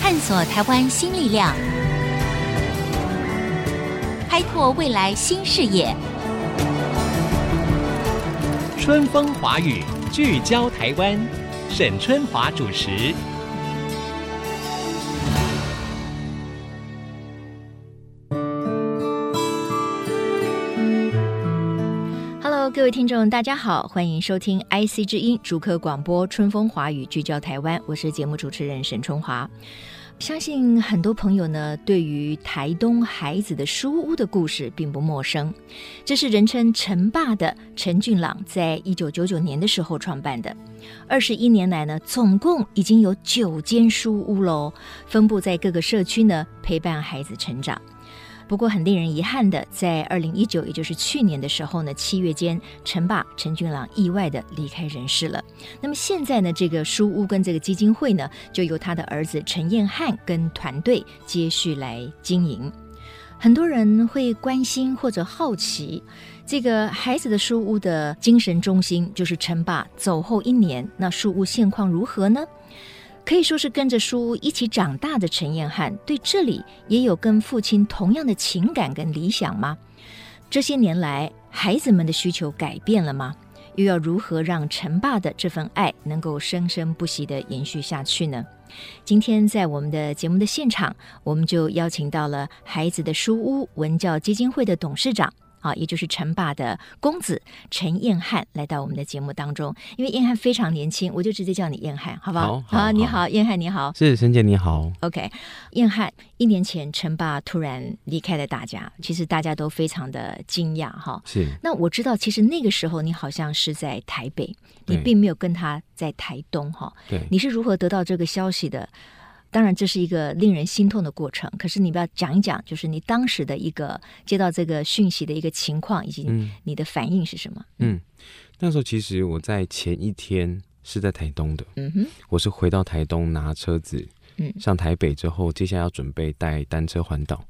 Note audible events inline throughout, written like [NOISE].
探索台湾新力量，开拓未来新视野。春风华语聚焦台湾，沈春华主持。 Hello，各位听众，大家好，欢迎收听 IC 之音主客广播《春风华语》，聚焦台湾，我是节目主持人沈春华。相信很多朋友呢，对于台东孩子的书屋的故事并不陌生。这是人称“陈爸”的陈俊朗在一九九九年的时候创办的。二十一年来呢，总共已经有九间书屋喽，分布在各个社区呢，陪伴孩子成长。不过很令人遗憾的，在二零一九，也就是去年的时候呢，七月间，陈爸陈俊朗意外的离开人世了。那么现在呢，这个书屋跟这个基金会呢，就由他的儿子陈彦翰跟团队接续来经营。很多人会关心或者好奇，这个孩子的书屋的精神中心就是陈爸走后一年，那书屋现况如何呢？可以说是跟着书屋一起长大的陈彦翰，对这里也有跟父亲同样的情感跟理想吗？这些年来，孩子们的需求改变了吗？又要如何让陈爸的这份爱能够生生不息地延续下去呢？今天在我们的节目的现场，我们就邀请到了孩子的书屋文教基金会的董事长。啊，也就是陈爸的公子陈彦翰来到我们的节目当中，因为彦翰非常年轻，我就直接叫你彦翰，好不好？好好啊你好好，彦翰你好，是沈姐你好， OK，燕汉一年前陈爸突然离开了大家，其实大家都非常的惊讶哈。是那我知道，其实那个时候你好像是在台北，你对并没有跟他在台东哈。对，你是如何得到这个消息的？当然，这是一个令人心痛的过程。可是你不要讲一讲，就是你当时的一个接到这个讯息的一个情况，以及嗯你的反应是什么？嗯，那时候其实我在前一天是在台东的，嗯哼，我是回到台东拿车子，嗯上台北之后，接下来要准备带单车环岛，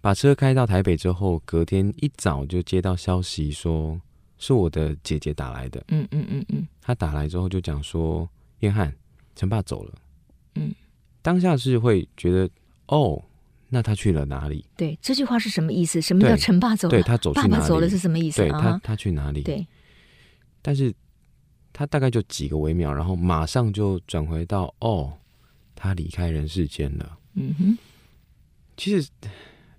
把车开到台北之后，隔天一早就接到消息说是我的姐姐打来的，嗯嗯嗯嗯她打来之后就讲说，燕汉，陈爸走了，嗯，当下是会觉得哦，那他去了哪里？对，这句话是什么意思？什么叫对陈爸走了？对他走去爸哪里？爸走了是什么意思对啊他哈？他去哪里？对，但是他大概就几个微秒，然后马上就转回到哦，他离开人世间了。嗯哼。其实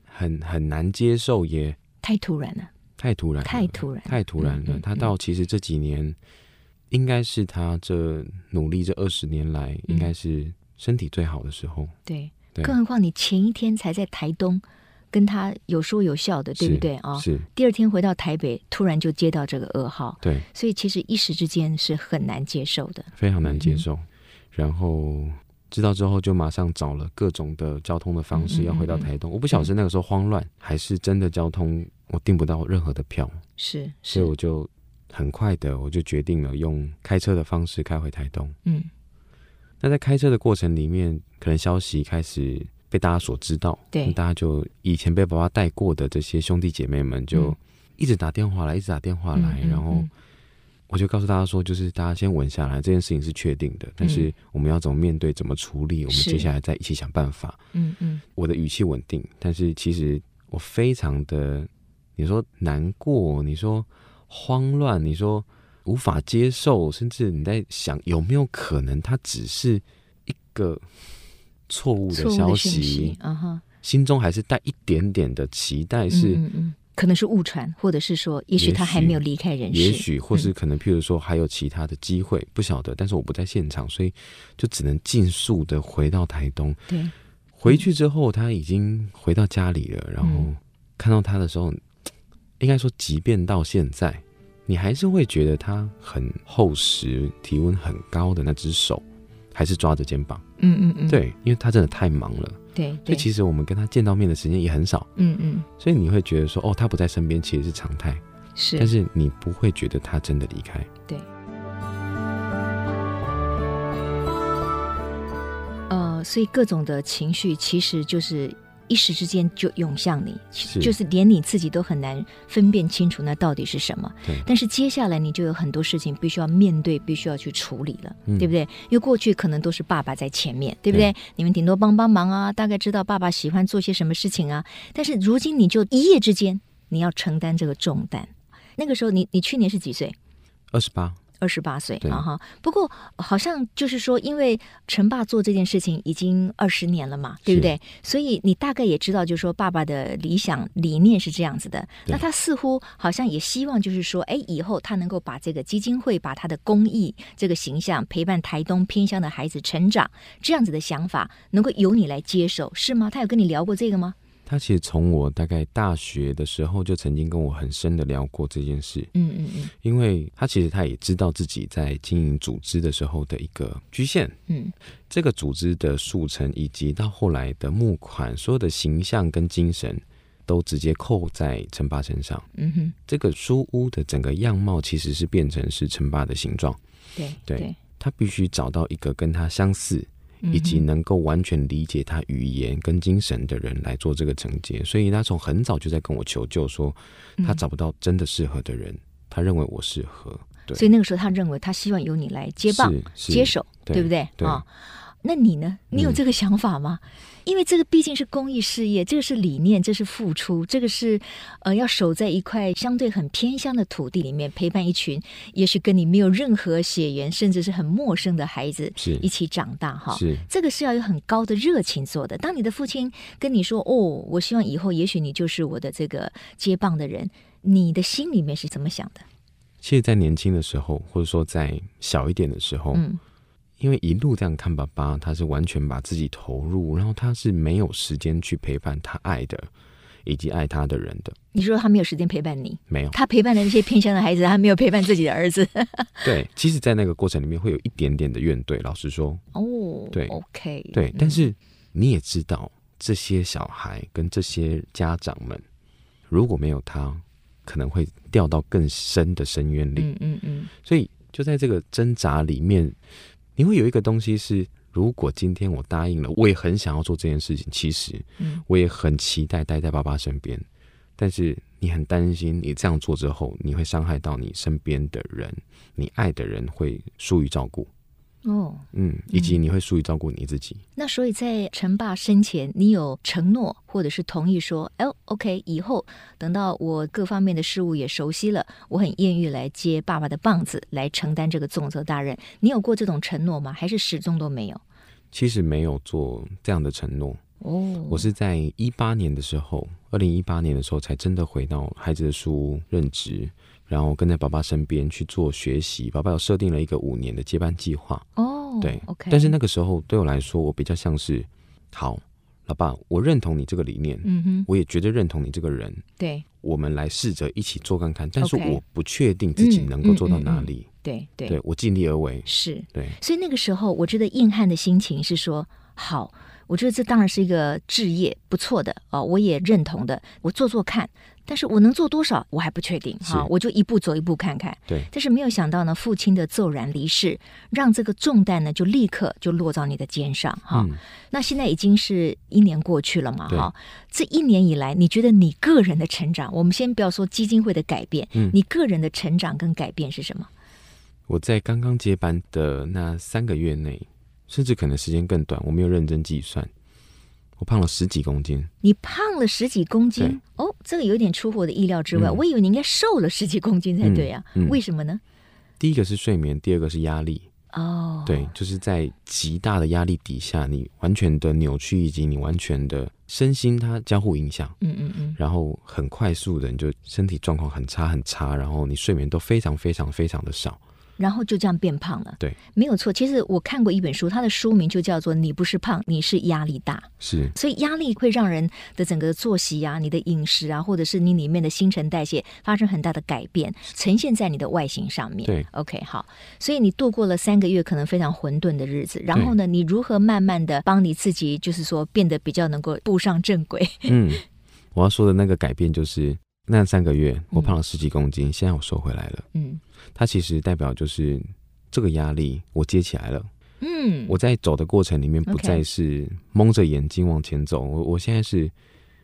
很很难接受，也太突然了，太突然了，太突然了，太突然了。嗯嗯他到其实这几年，应该是他这努力这二十年来，嗯应该是身体最好的时候。对，对，更何况你前一天才在台东跟他有说有笑的，对不是对啊？是，第二天回到台北，突然就接到这个噩耗，对，所以其实一时之间是很难接受的。非常难接嗯受。然后知道之后，就马上找了各种的交通的方嗯嗯式要回到嗯嗯台东。我不晓得是那个时候慌乱，还是真的交通我订不到任何的票，是是所以，我就很快的我就决定了用开车的方式开回台东。嗯，那在开车的过程里面，可能消息开始被大家所知道，对大家就以前被爸爸带过的这些兄弟姐妹们就嗯一直打电话来，一直打电话来，嗯嗯然后嗯我就告诉大家说，就是大家先稳下来，这件事情是确定的，但是我们要怎么面对，怎么处理，我们嗯是接下来再一起想办法。嗯嗯我的语气稳定，但是其实我非常的，你说难过，你说慌乱，你说无法接受，甚至你在想有没有可能它只是一个错误错的误消的息，讯息啊哈，心中还是带一点点的期待是，嗯嗯嗯，可能是误传，或者是说，也许也他还许没有离开人世，也许或嗯是可能，譬如说还有其他的机会，不晓得，但是我不在现场，所以就只能尽速的回到台东。对，嗯回去之后，他已经回到家里了，然后嗯看到他的时候，应该说，即便到现在，你还是会觉得他很厚实、体温很高的那只手，还是抓着肩膀。嗯嗯嗯，对，因为他真的太忙了，对所以对，其实我们跟他见到面的时间也很少，嗯嗯所以你会觉得说，哦，他不在身边其实是常态，是，但是你不会觉得他真的离开。呃，所以各种的情绪其实就是一时之间就涌向你，是就是连你自己都很难分辨清楚那到底是什么对。但是接下来你就有很多事情必须要面对，必须要去处理了，嗯对不对？因为过去可能都是爸爸在前面，对不对？你们顶多帮帮忙啊，大概知道爸爸喜欢做些什么事情啊。但是如今你就一夜之间你要承担这个重担。那个时候你你去年是几岁？二十八，二十八岁对啊哈，不过好像就是说，因为陈爸做这件事情已经二十年了嘛，对不对？所以你大概也知道，就是说爸爸的理想理念是这样子的。对那他似乎好像也希望，就是说，哎，以后他能够把这个基金会、把他的公益这个形象陪伴台东偏乡的孩子成长这样子的想法，能够由你来接受，是吗？他有跟你聊过这个吗？他其实从我大概大学的时候就曾经跟我很深的聊过这件事，嗯嗯嗯因为他其实他也知道自己在经营组织的时候的一个局限，嗯，这个组织的速成以及到后来的募款，所有的形象跟精神都直接扣在陈爸身上。嗯哼，这个书屋的整个样貌其实是变成是陈爸的形状，对对他必须找到一个跟他相似，嗯以及哼能够完全理解他语言跟精神的人来做这个承接，所以他从很早就在跟我求救说，他嗯找不到真的适合的人，他认为我适合，对所以那个时候他认为他希望由你来接棒。是是接手，对不对对啊？那你呢？你有嗯这个想法吗？因为这个毕竟是公益事业，这个是理念，这是付出，这个是呃要守在一块相对很偏乡的土地里面，陪伴一群也许跟你没有任何血缘，甚至是很陌生的孩子是一起长大哈。是这个是要有很高的热情做的。当你的父亲跟你说：“哦，我希望以后也许你就是我的这个接棒的人。”你的心里面是怎么想的？其实，在年轻的时候，或者说在小一点的时候，嗯因为一路这样看爸爸，他是完全把自己投入，然后他是没有时间去陪伴他爱的以及爱他的人的，你说他没有时间陪伴你，没有。他陪伴的那些偏乡的孩子，他没有陪伴自己的儿子。对，其实，在那个过程里面会有一点点的怨怼。老实说， [LAUGHS] 哦，对，OK，对，嗯但是你也知道，这些小孩跟这些家长们，如果没有他，可能会掉到更深的深渊里。嗯嗯嗯，所以就在这个挣扎里面，你会有一个东西是：如果今天我答应了，我也很想要做这件事情，其实嗯我也很期待待在爸爸身边，但是你很担心你这样做之后，你会伤害到你身边的人，你爱的人会疏于照顾，哦，嗯，以及你会疏于照顾你自己。那所以在陈爸生前，你有承诺或者是同意说，哎，OK，以后等到我各方面的事物也熟悉了，我很愿意来接爸爸的棒子，来承担这个重责大任。你有过这种承诺吗？还是始终都没有？其实没有做这样的承诺，哦，我是在一八年的时候，二零一八年的时候才真的回到孩子的书屋任职，然后跟在爸爸身边去做学习。爸爸有设定了一个五年的接班计划，哦，对，OK，但是那个时候对我来说，我比较像是，好，老爸，我认同你这个理念，嗯哼，我也绝对认同你这个人，对我们来试着一起做看看。但是 OK 嗯我不确定自己能够做到哪里，对对对我尽力而为，是。对，所以那个时候，我觉得硬汉的心情是说，好，我觉得这当然是一个置业，不错的哦，我也认同的，我做做看。但是我能做多少，我还不确定哈是，我就一步走一步看看。对但是没有想到呢，父亲的骤然离世，让这个重担呢就立刻就落到你的肩上哈。嗯那现在已经是一年过去了嘛，对哈，这一年以来，你觉得你个人的成长，我们先不要说基金会的改变，嗯你个人的成长跟改变是什么？我在刚刚接班的那三个月内，甚至可能时间更短，我没有认真计算，我胖了十几公斤。你胖了十几公斤哦，这个有点出乎我的意料之外。嗯我以为你应该瘦了十几公斤才对啊，嗯嗯为什么呢？第一个是睡眠，第二个是压力，哦，对，就是在极大的压力底下，你完全的扭曲，以及你完全的身心它交互影响，嗯嗯嗯，然后很快速的你就身体状况很差很差，然后你睡眠都非常非常非常的少。然后就这样变胖了。对，没有错。其实我看过一本书，它的书名就叫做《你不是胖，你是压力大》。 [LAUGHS] 是所以压力会让人的整个作息啊、你的饮食啊，或者是你里面的新陈代谢发生很大的改变，呈现在你的外形上面。对，OK，好。所以你度过了三个月可能非常混沌的日子，然后呢，你如何慢慢的帮你自己，就是说变得比较能够步上正轨？嗯，我要说的那个改变就是那三个月我胖了十几公斤，现在我瘦回来了。嗯它其实代表就是这个压力我接起来了，嗯，我在走的过程里面，不 OK 再是蒙着眼睛往前走。我我现在是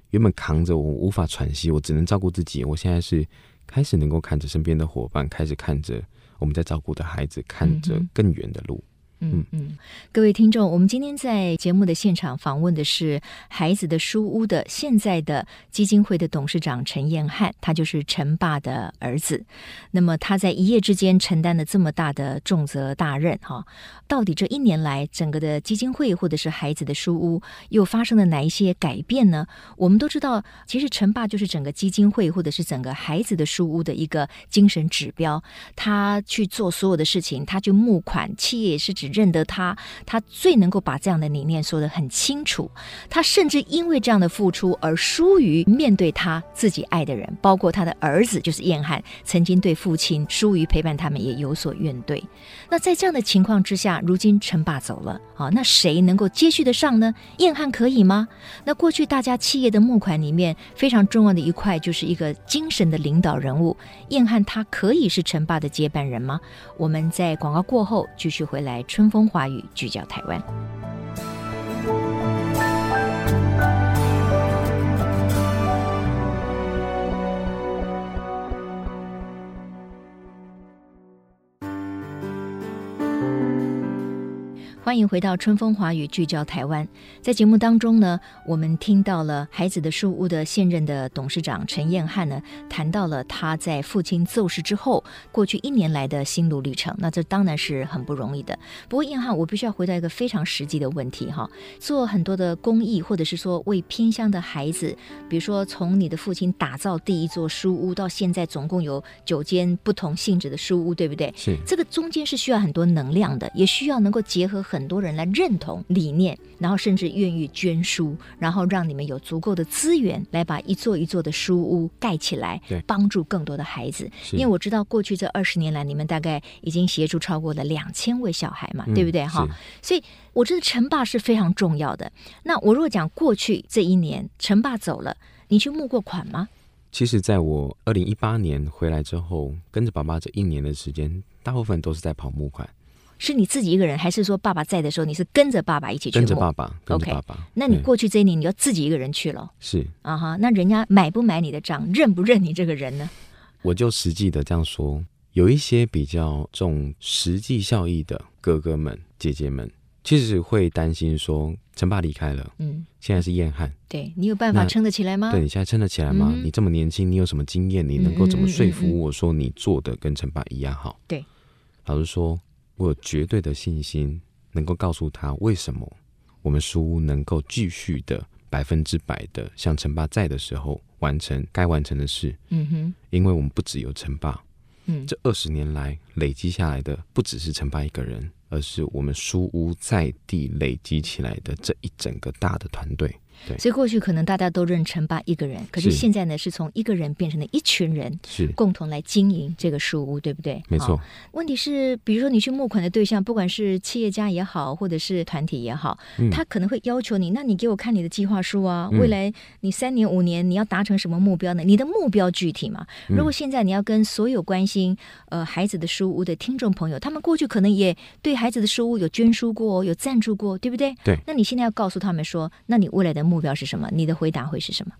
原本扛着我无法喘息，我只能照顾自己。我现在是开始能够看着身边的伙伴，开始看着我们在照顾的孩子，看着嗯哼更远的路。嗯嗯，各位听众，我们今天在节目的现场访问的是孩子的书屋的现在的基金会的董事长陈彦汉，他就是陈爸的儿子。那么他在一夜之间承担了这么大的重责大任哈，到底这一年来整个的基金会或者是孩子的书屋又发生了哪一些改变呢？我们都知道，其实陈爸就是整个基金会或者是整个孩子的书屋的一个精神指标，他去做所有的事情，他去募款，企业也是只认得他，他最能够把这样的理念说得很清楚。他甚至因为这样的付出而疏于面对他自己爱的人，包括他的儿子就是燕汉，曾经对父亲疏于陪伴他们也有所怨怼。那在这样的情况之下，如今陈爸走了，啊，那谁能够接续得上呢？燕汉可以吗？那过去大家企业的募款里面非常重要的一块就是一个精神的领导人物，燕汉他可以是陈爸的接班人吗？我们在广告过后继续回来，春风华语聚焦台湾。欢迎回到春风华语聚焦台湾。在节目当中呢，我们听到了孩子的书屋的现任的董事长陈彦汉呢，谈到了他在父亲奏事之后，过去一年来的心路历程。那这当然是很不容易的。不过彦汉，我必须要回到一个非常实际的问题哈，做很多的公益，或者是说为偏乡的孩子，比如说从你的父亲打造第一座书屋到现在，总共有九间不同性质的书屋，对不对？是这个中间是需要很多能量的，也需要能够结合很多人来认同理念，然后甚至愿意捐书，然后让你们有足够的资源来把一座一座的书屋盖起来对，帮助更多的孩子。是因为我知道过去这二十年来，你们大概已经协助超过了两千位小孩嘛，嗯对不对哈是？所以我觉得陈爸是非常重要的。那我如果讲过去这一年，陈爸走了，你去募过款吗？其实，在我二零一八年回来之后，跟着爸爸这一年的时间，大部分都是在跑募款，是你自己一个人，还是说爸爸在的时候，你是跟着爸爸一起去跟着募爸爸，跟着 OK 爸爸。那你对过去这一年，你要自己一个人去了是啊哈？那人家买不买你的账，认不认你这个人呢？我就实际的这样说，有一些比较重实际效益的哥哥们、姐姐们，其实会担心说，陈爸离开了，嗯，现在是燕汉，对你有办法那撑得起来吗？对你现在撑得起来吗？啊嗯你这么年轻，你有什么经验？你能够怎么说服我说你做的跟陈爸一样好？对，老实说，我有绝对的信心能够告诉他为什么我们书屋能够继续的百分之百的像陈爸在的时候完成该完成的事，嗯哼，因为我们不只有陈爸，嗯这二十年来累积下来的不只是陈爸一个人，而是我们书屋在地累积起来的这一整个大的团队。所以过去可能大家都认陈爸一个人，可是是现在呢，是从一个人变成了一群人。是，共同来经营这个书屋，对不对？没错啊。问题是，比如说你去募款的对象，不管是企业家也好，或者是团体也好，嗯他可能会要求你，那你给我看你的计划书啊，未来你三年五年你要达成什么目标呢？你的目标具体嘛？嗯如果现在你要跟所有关心呃孩子的书屋的听众朋友，他们过去可能也对孩子的书屋有捐书过，有赞助过，对不对？对那你现在要告诉他们说，那你未来的目标是什么？你的回答会是什么？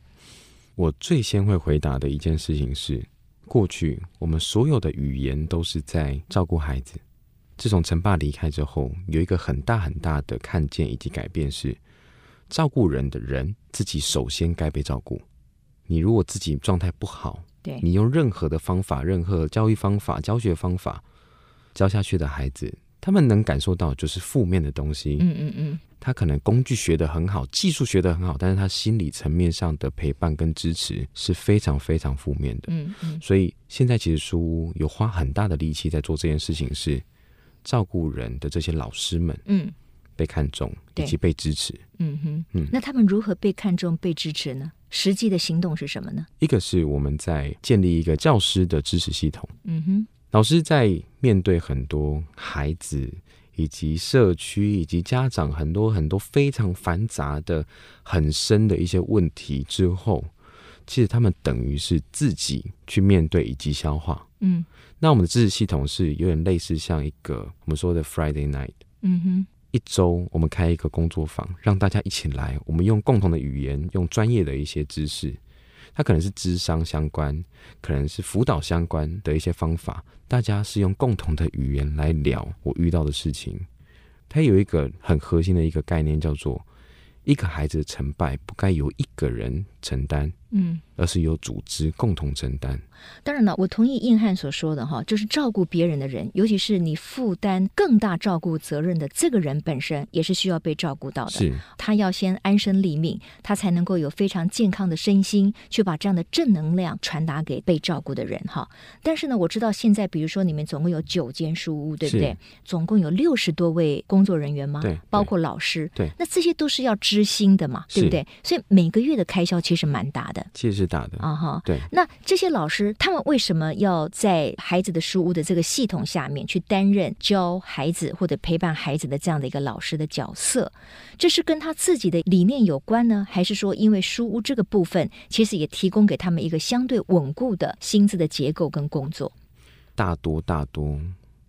我最先会回答的一件事情是，过去我们所有的语言都是在照顾孩子。自从陈爸离开之后，有一个很大很大的看见以及改变是，照顾人的人自己首先该被照顾。你如果自己状态不好，对你用任何的方法、任何教育方法、教学方法教下去的孩子，他们能感受到就是负面的东西。嗯嗯嗯，他可能工具学得很好，技术学得很好，但是他心理层面上的陪伴跟支持是非常非常负面的。嗯嗯，所以现在其实书屋有花很大的力气在做这件事情，是照顾人的这些老师们嗯被看重对以及被支持。嗯哼，嗯那他们如何被看重、被支持呢？实际的行动是什么呢？一个是我们在建立一个教师的支持系统，嗯哼，老师在面对很多孩子以及社区以及家长很多很多非常繁杂的、很深的一些问题之后，其实他们等于是自己去面对以及消化。嗯那我们的支持系统是有点类似像一个我们说的 Friday night，嗯哼，一周我们开一个工作坊，让大家一起来，我们用共同的语言，用专业的一些知识，它可能是智商相关，可能是辅导相关的一些方法，大家是用共同的语言来聊我遇到的事情。它有一个很核心的一个概念，叫做一个孩子的成败不该由一个人承担，嗯。而是由组织共同承担。当然了，我同意硬汉所说的哈，就是照顾别人的人，尤其是你负担更大照顾责任的这个人本身，也是需要被照顾到的。是他要先安身立命，他才能够有非常健康的身心，去把这样的正能量传达给被照顾的人哈。但是呢，我知道现在，比如说你们总共有九间书屋，对不对是？总共有六十多位工作人员吗？对对包括老师。对那这些都是要知心的嘛，对不对？所以每个月的开销其实蛮大的其实是大的，啊哈。对。那这些老师他们为什么要在孩子的书屋的这个系统下面去担任教孩子或者陪伴孩子的这样的一个老师的角色？这是跟他自己的理念有关呢，还是说因为书屋这个部分其实也提供给他们一个相对稳固的薪资的结构跟工作？大多大多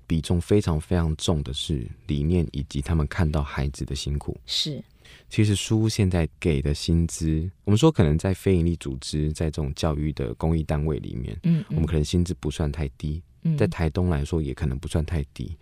比重非常非常重的是理念以及他们看到孩子的辛苦。是，其实书现在给的薪资，我们说可能在非营利组织，在这种教育的公益单位里面，嗯，我们可能薪资不算太低，嗯在台东来说也可能不算太低，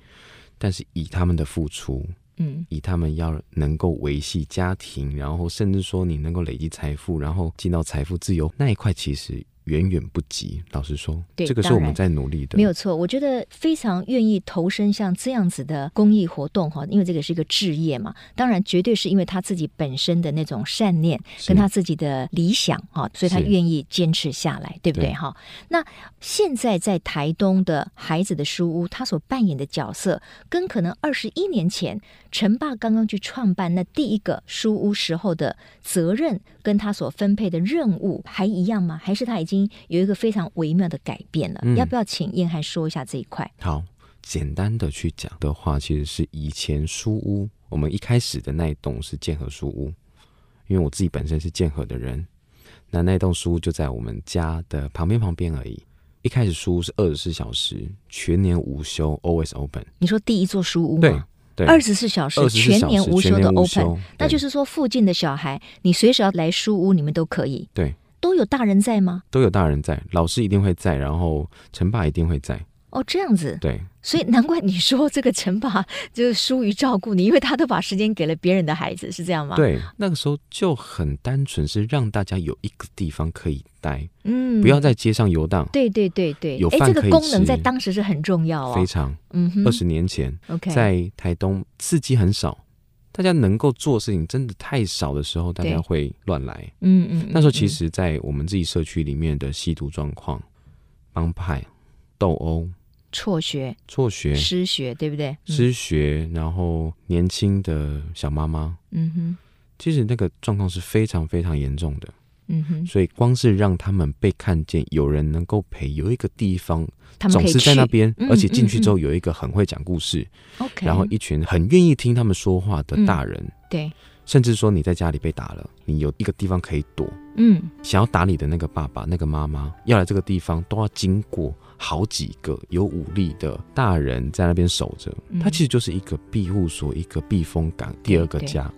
但是以他们的付出，嗯以他们要能够维系家庭，然后甚至说你能够累积财富，然后进到财富自由那一块，其实远远不及。老实说，对这个是当我们然在努力的，没有错，我觉得非常愿意投身像这样子的公益活动哈，因为这个是一个置业嘛，当然绝对是因为他自己本身的那种善念是跟他自己的理想哈，所以他是愿意坚持下来，对不对对哈？那现在在台东的孩子的书屋，他所扮演的角色，跟可能二十一年前陈爸刚刚去创办那第一个书屋时候的责任，跟他所分配的任务还一样吗？还是他已经有一个非常微妙的改变了？嗯要不要请燕涵说一下这一块？好，简单的去讲的话，其实是以前书屋，我们一开始的那一栋是建和书屋，因为我自己本身是建和的人，那那栋书屋就在我们家的旁边旁边而已。一开始书屋是二十四小时，全年无休，always open。你说第一座书屋对吗？对，二十四小时24全小年时无休全的年无 open，休那对就是说附近的小孩，你随时要来书屋，你们都可以。对，都有大人在吗？都有大人在，老师一定会在，然后陈爸一定会在。哦，这样子，对，所以难怪你说这个陈爸就是疏于照顾你，因为他都把时间给了别人的孩子，是这样吗？，对，那个时候就很单纯，是让大家有一个地方可以待，嗯，不要在街上游荡，对对对对，有哎，饭这个可以功能吃在当时是很重要非哦。常。嗯哼二十年前， ，OK，在台东刺激很少，大家能够做的事情真的太少的时候，大对家会乱来。嗯嗯，那时候其嗯实，在我们自己社区里面的吸毒状况、帮派、斗殴、嗯辍学、辍学、失学，对不对？嗯失学，然后年轻的小妈妈，嗯哼，其实那个状况是非常非常严重的。嗯哼，所以光是让他们被看见，有人能够陪，有一个地方，他们总可以是在那边，嗯而且进去之嗯后有一个很会讲故事，嗯，OK，嗯然后一群很愿意听他们说话的大人。对，甚至说你在家里被打了，你有一个地方可以躲，嗯，想要打你的那个爸爸、那个妈妈，要来这个地方都要经过好几个有武力的大人在那边守着嗯，它其实就是一个庇护所、一个避风港、第二个对家。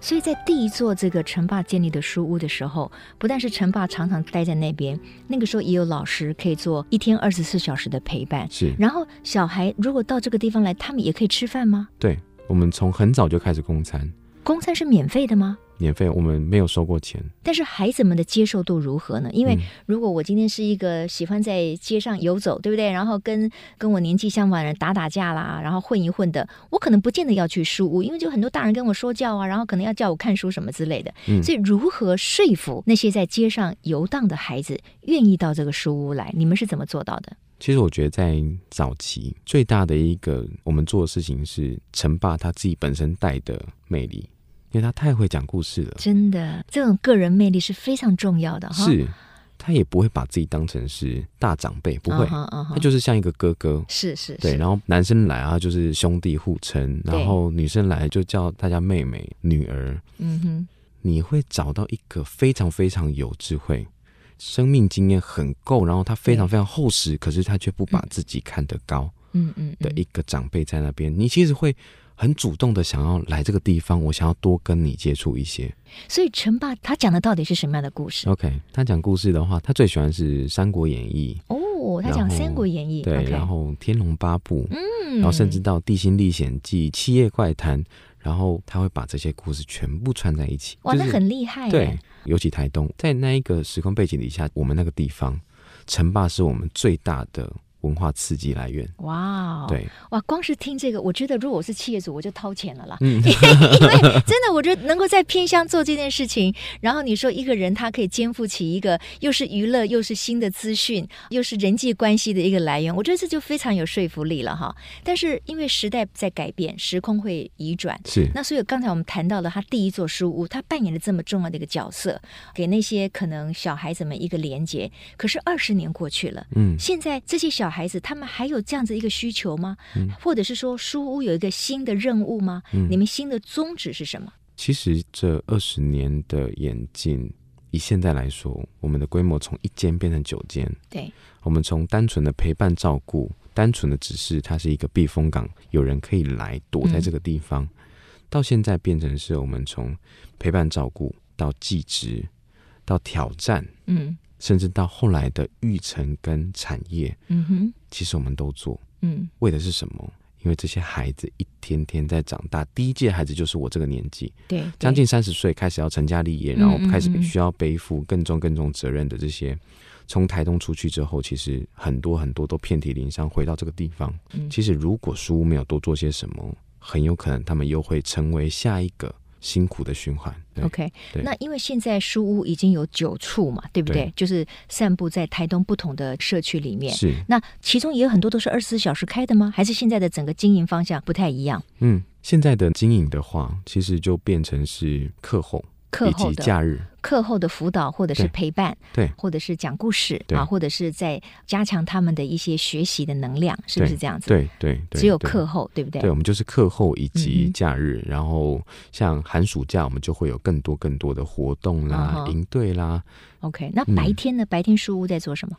所以在第一座这个陈爸建立的书屋的时候，不但是陈爸常常待在那边，那个时候也有老师可以做一天二十四小时的陪伴。是然后小孩如果到这个地方来，他们也可以吃饭吗？对，我们从很早就开始供餐，公餐是免费的吗？免费，我们没有收过钱。但是孩子们的接受度如何呢？因为嗯如果我今天是一个喜欢在街上游走，对不对？然后跟跟我年纪相仿的人打打架啦，然后混一混的，我可能不见得要去书屋，因为就很多大人跟我说教啊，然后可能要叫我看书什么之类的。嗯所以如何说服那些在街上游荡的孩子愿意到这个书屋来？你们是怎么做到的？其实我觉得在早期最大的一个我们做的事情是陈爸他自己本身带的魅力，因为他太会讲故事了。真的，这种个人魅力是非常重要的啊哈。是，他也不会把自己当成是大长辈，不会，嗯哼嗯哼他就是像一个哥哥。是是对，是然后男生来啊，就是兄弟互称，对然后女生来就叫大家妹妹、女儿。嗯哼，你会找到一个非常非常有智慧、生命经验很够，然后他非常非常厚实，可是他却不把自己看得高嗯嗯的嗯，一个长辈在那边，你其实会很主动的想要来这个地方，我想要多跟你接触一些。所以陈爸他讲的到底是什么样的故事？ OK，他讲故事的话，他最喜欢是《三国演义哦，他讲然《后三国演义》，》，对 OK 然后《天龙八部》嗯，然后甚至到《地心历险记》《七夜怪谈》，然后他会把这些故事全部串在一起。哇，那就是很厉害耶，对，尤其台东，在那一个时空背景底下，我们那个地方，城坝是我们最大的文化刺激来源。哇，，哦对，哇，光是听这个，我觉得如果我是企业主，我就掏钱了啦。嗯， [LAUGHS] 因为真的，我觉得能够在偏乡做这件事情，然后你说一个人他可以肩负起一个又是娱乐又是新的资讯又是人际关系的一个来源，我觉得这就非常有说服力了哈。但是因为时代在改变，时空会移转，是那所以刚才我们谈到了他第一座书屋，他扮演了这么重要的一个角色，给那些可能小孩子们一个连接。可是二十年过去了，嗯现在这些小孩子他们还有这样子一个需求吗？嗯或者是说书屋有一个新的任务吗？你们新的宗旨是什么？其实这二十年的演进，以现在来说，我们的规模从一间变成九间。对，我们从单纯的陪伴照顾，单纯的只是它是一个避风港，有人可以来躲在这个地方，到现在变成是我们从陪伴照顾到技职，到挑战，嗯甚至到后来的育成跟产业，嗯哼其实我们都做，嗯为的是什么？因为这些孩子一天天在长大，第一届孩子就是我这个年纪，对，对将近三十岁开始要成家立业，嗯然后开始嗯嗯需要背负更重更重责任的这些，从台东出去之后，其实很多很多都遍体鳞伤，回到这个地方。嗯其实如果书屋没有多做些什么，很有可能他们又会成为下一个辛苦的循环。对 OK，对那因为现在书屋已经有九处嘛，对不对？对就是散布在台东不同的社区里面。是，那其中也有很多都是二十四小时开的吗？还是现在的整个经营方向不太一样？嗯，现在的经营的话，其实就变成是课后课以后及的假日。课后的辅导，或者是对陪伴，对或者是讲故事对啊，或者是在加强他们的一些学习的能量，是不是这样子？，对对对，只有对课后，对不对？对，我们就是课后以嗯及哼假日，然后像寒暑假，我们就会有更多更多的活动啦、嗯哼营队啦。 OK，那嗯白天呢？白天书屋在做什么？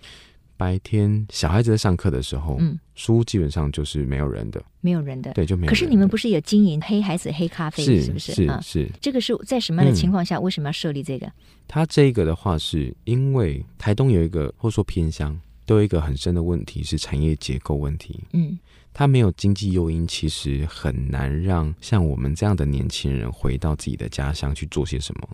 白天小孩子在上课的时候，嗯书基本上就是没有人的，没有人的。对，就没有人的。可是你们不是有经营黑孩子黑咖啡，是不是是啊？是，这个是在什么样的嗯情况下？为什么要设立这个？它这个的话，是因为台东有一个或者说偏乡，都有一个很深的问题是产业结构问题。嗯它没有经济诱因，其实很难让像我们这样的年轻人回到自己的家乡去做些什么。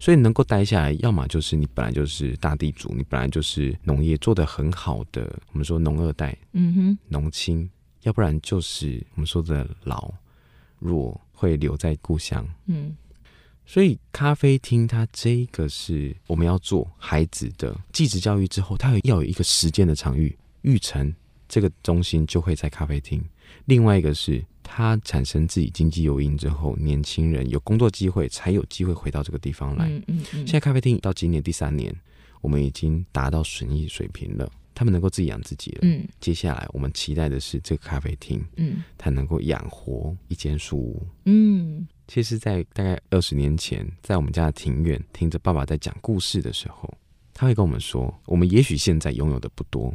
所以能够待下来，要么就是你本来就是大地主，你本来就是农业做得很好的，我们说农二代、嗯哼，农青，要不然就是我们说的老弱会留在故乡。嗯所以咖啡厅它这一个是我们要做孩子的继职教育之后，它有要有一个实践的场域，育成这个中心就会在咖啡厅。另外一个是它产生自己经济诱因之后，年轻人有工作机会，才有机会回到这个地方来。嗯嗯嗯现在咖啡厅到今年第三年，我们已经达到损益水平了，他们能够自己养自己了。嗯接下来我们期待的是这个咖啡厅嗯它能够养活一间书屋。嗯其实，在大概二十年前，在我们家的庭院听着爸爸在讲故事的时候，他会跟我们说：我们也许现在拥有的不多，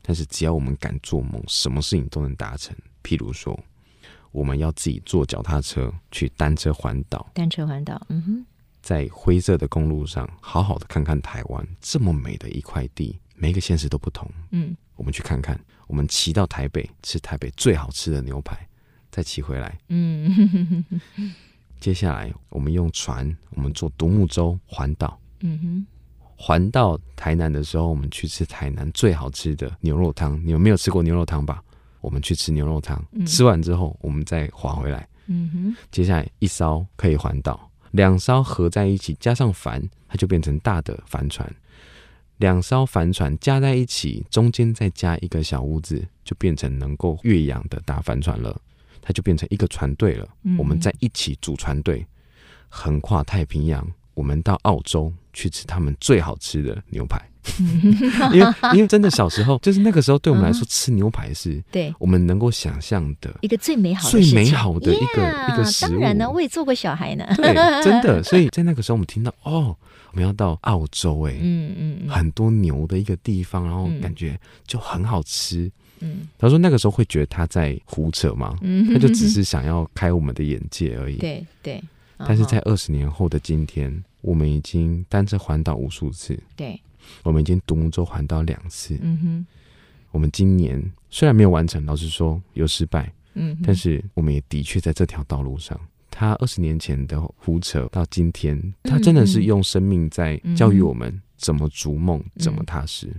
但是只要我们敢做梦，什么事情都能达成。譬如说，我们要自己坐脚踏车去单车环岛，单车环岛，嗯哼，在灰色的公路上好好的看看台湾这么美的一块地，每一个县市都不同。嗯我们去看看，我们骑到台北吃台北最好吃的牛排，再骑回来，嗯哼哼哼哼接下来，我们用船，我们坐独木舟环岛，嗯哼，环到台南的时候，我们去吃台南最好吃的牛肉汤。你们没有吃过牛肉汤吧？我们去吃牛肉汤，吃完之后，我们再划回来。嗯哼，接下来一艘可以环岛，两艘合在一起，加上帆，它就变成大的帆船。两艘帆船加在一起，中间再加一个小屋子，就变成能够越洋的大帆船了。它就变成一个船队了。嗯我们在一起组船队，横跨太平洋，我们到澳洲去吃他们最好吃的牛排，嗯因为因为真的小时候就是那个时候对我们来说吃牛排是对，我们能够想象 [LAUGHS] 的一个最美好的最事美情好的一个一个 Yeah，食当然呢，物我也做过小孩呢。对，真的。所以在那个时候，我们听到哦，我们要到澳洲哎、嗯嗯嗯很多牛的一个地方，然后嗯感觉就很好吃。嗯他说那个时候会觉得他在胡扯吗？嗯，他就只是想要开我们的眼界而已。对对，但是在嗯二十年后的今天，我们已经单车环岛无数次，对，我们已经独木舟环岛两次。嗯哼我们今年虽然没有完成，老实说有失败，嗯哼，但是我们也的确在这条道路上。他二十年前的胡扯到今天，他真的是用生命在教育我们怎么逐梦，怎么踏实。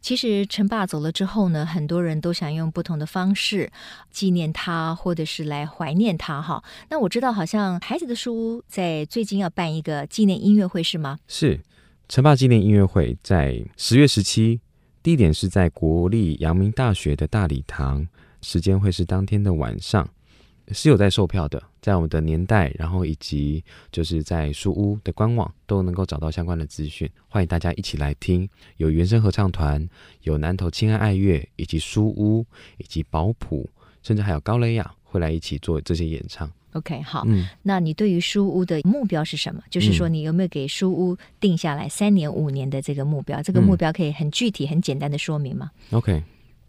其实陈爸走了之后呢，很多人都想用不同的方式纪念他，或者是来怀念他哈。那我知道，好像孩子的书屋在最近要办一个纪念音乐会，是吗？是陈爸纪念音乐会在十月十七，地点是在国立阳明大学的大礼堂，时间会是当天的晚上，是有在售票的，在我们的年代，然后以及就是在书屋的官网都能够找到相关的资讯，欢迎大家一起来听，有原声合唱团，有南投亲爱爱乐，以及书屋，以及保普，甚至还有高雷雅会来一起做这些演唱， OK，好，嗯。那你对于书屋的目标是什么？就是说，你有没有给书屋定下来三年、五年的这个目标？这个目标可以很具体、很简单的说明吗？ OK，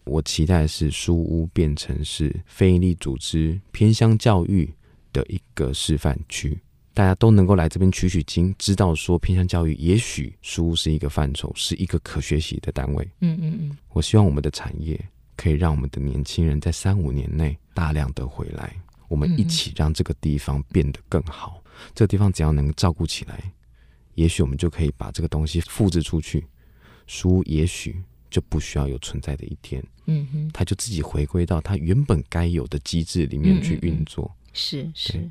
我期待的是书屋变成是非营利组织偏乡教育的一个示范区，大家都能够来这边取取经，知道说偏乡教育也许书屋是一个范畴，是一个可学习的单位。嗯嗯嗯，我希望我们的产业可以让我们的年轻人在三五年内大量的回来，我们一起让这个地方变得更好。这个地方只要能照顾起来，也许我们就可以把这个东西复制出去。书也许就不需要有存在的一天，嗯哼，它就自己回归到它原本该有的机制里嗯面去运作。是是，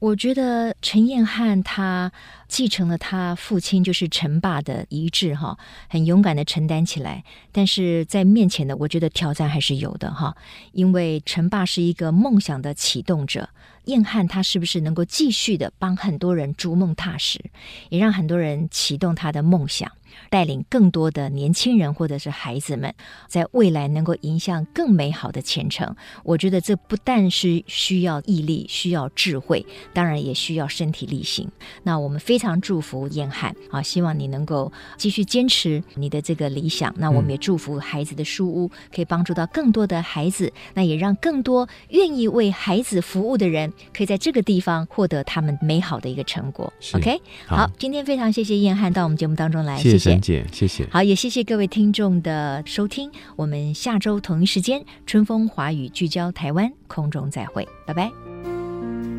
我觉得陈彦翰他继承了他父亲就是陈爸的遗志哈，很勇敢的承担起来。但是在面前的，我觉得挑战还是有的哈，因为陈爸是一个梦想的启动者，彦翰他是不是能够继续的帮很多人逐梦踏实，也让很多人启动他的梦想，带领更多的年轻人或者是孩子们，在未来能够迎向更美好的前程。我觉得这不但是需要毅力，需要智慧，当然也需要身体力行。那我们非常祝福燕汉啊，希望你能够继续坚持你的这个理想。那我们也祝福孩子的书屋可以帮助到更多的孩子，那也让更多愿意为孩子服务的人，可以在这个地方获得他们美好的一个成果。是 OK，好好今天非常谢谢燕汉到我们节目当中来，谢谢沈姐，谢谢。好，也谢谢各位听众的收听。我们下周同一时间，春风华语聚焦台湾，空中再会，拜拜。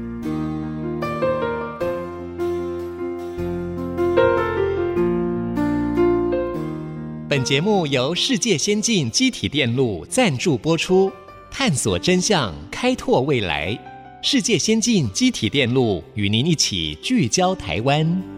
本节目由世界先进机体电路赞助播出，探索真相，开拓未来。世界先进机体电路与您一起聚焦台湾。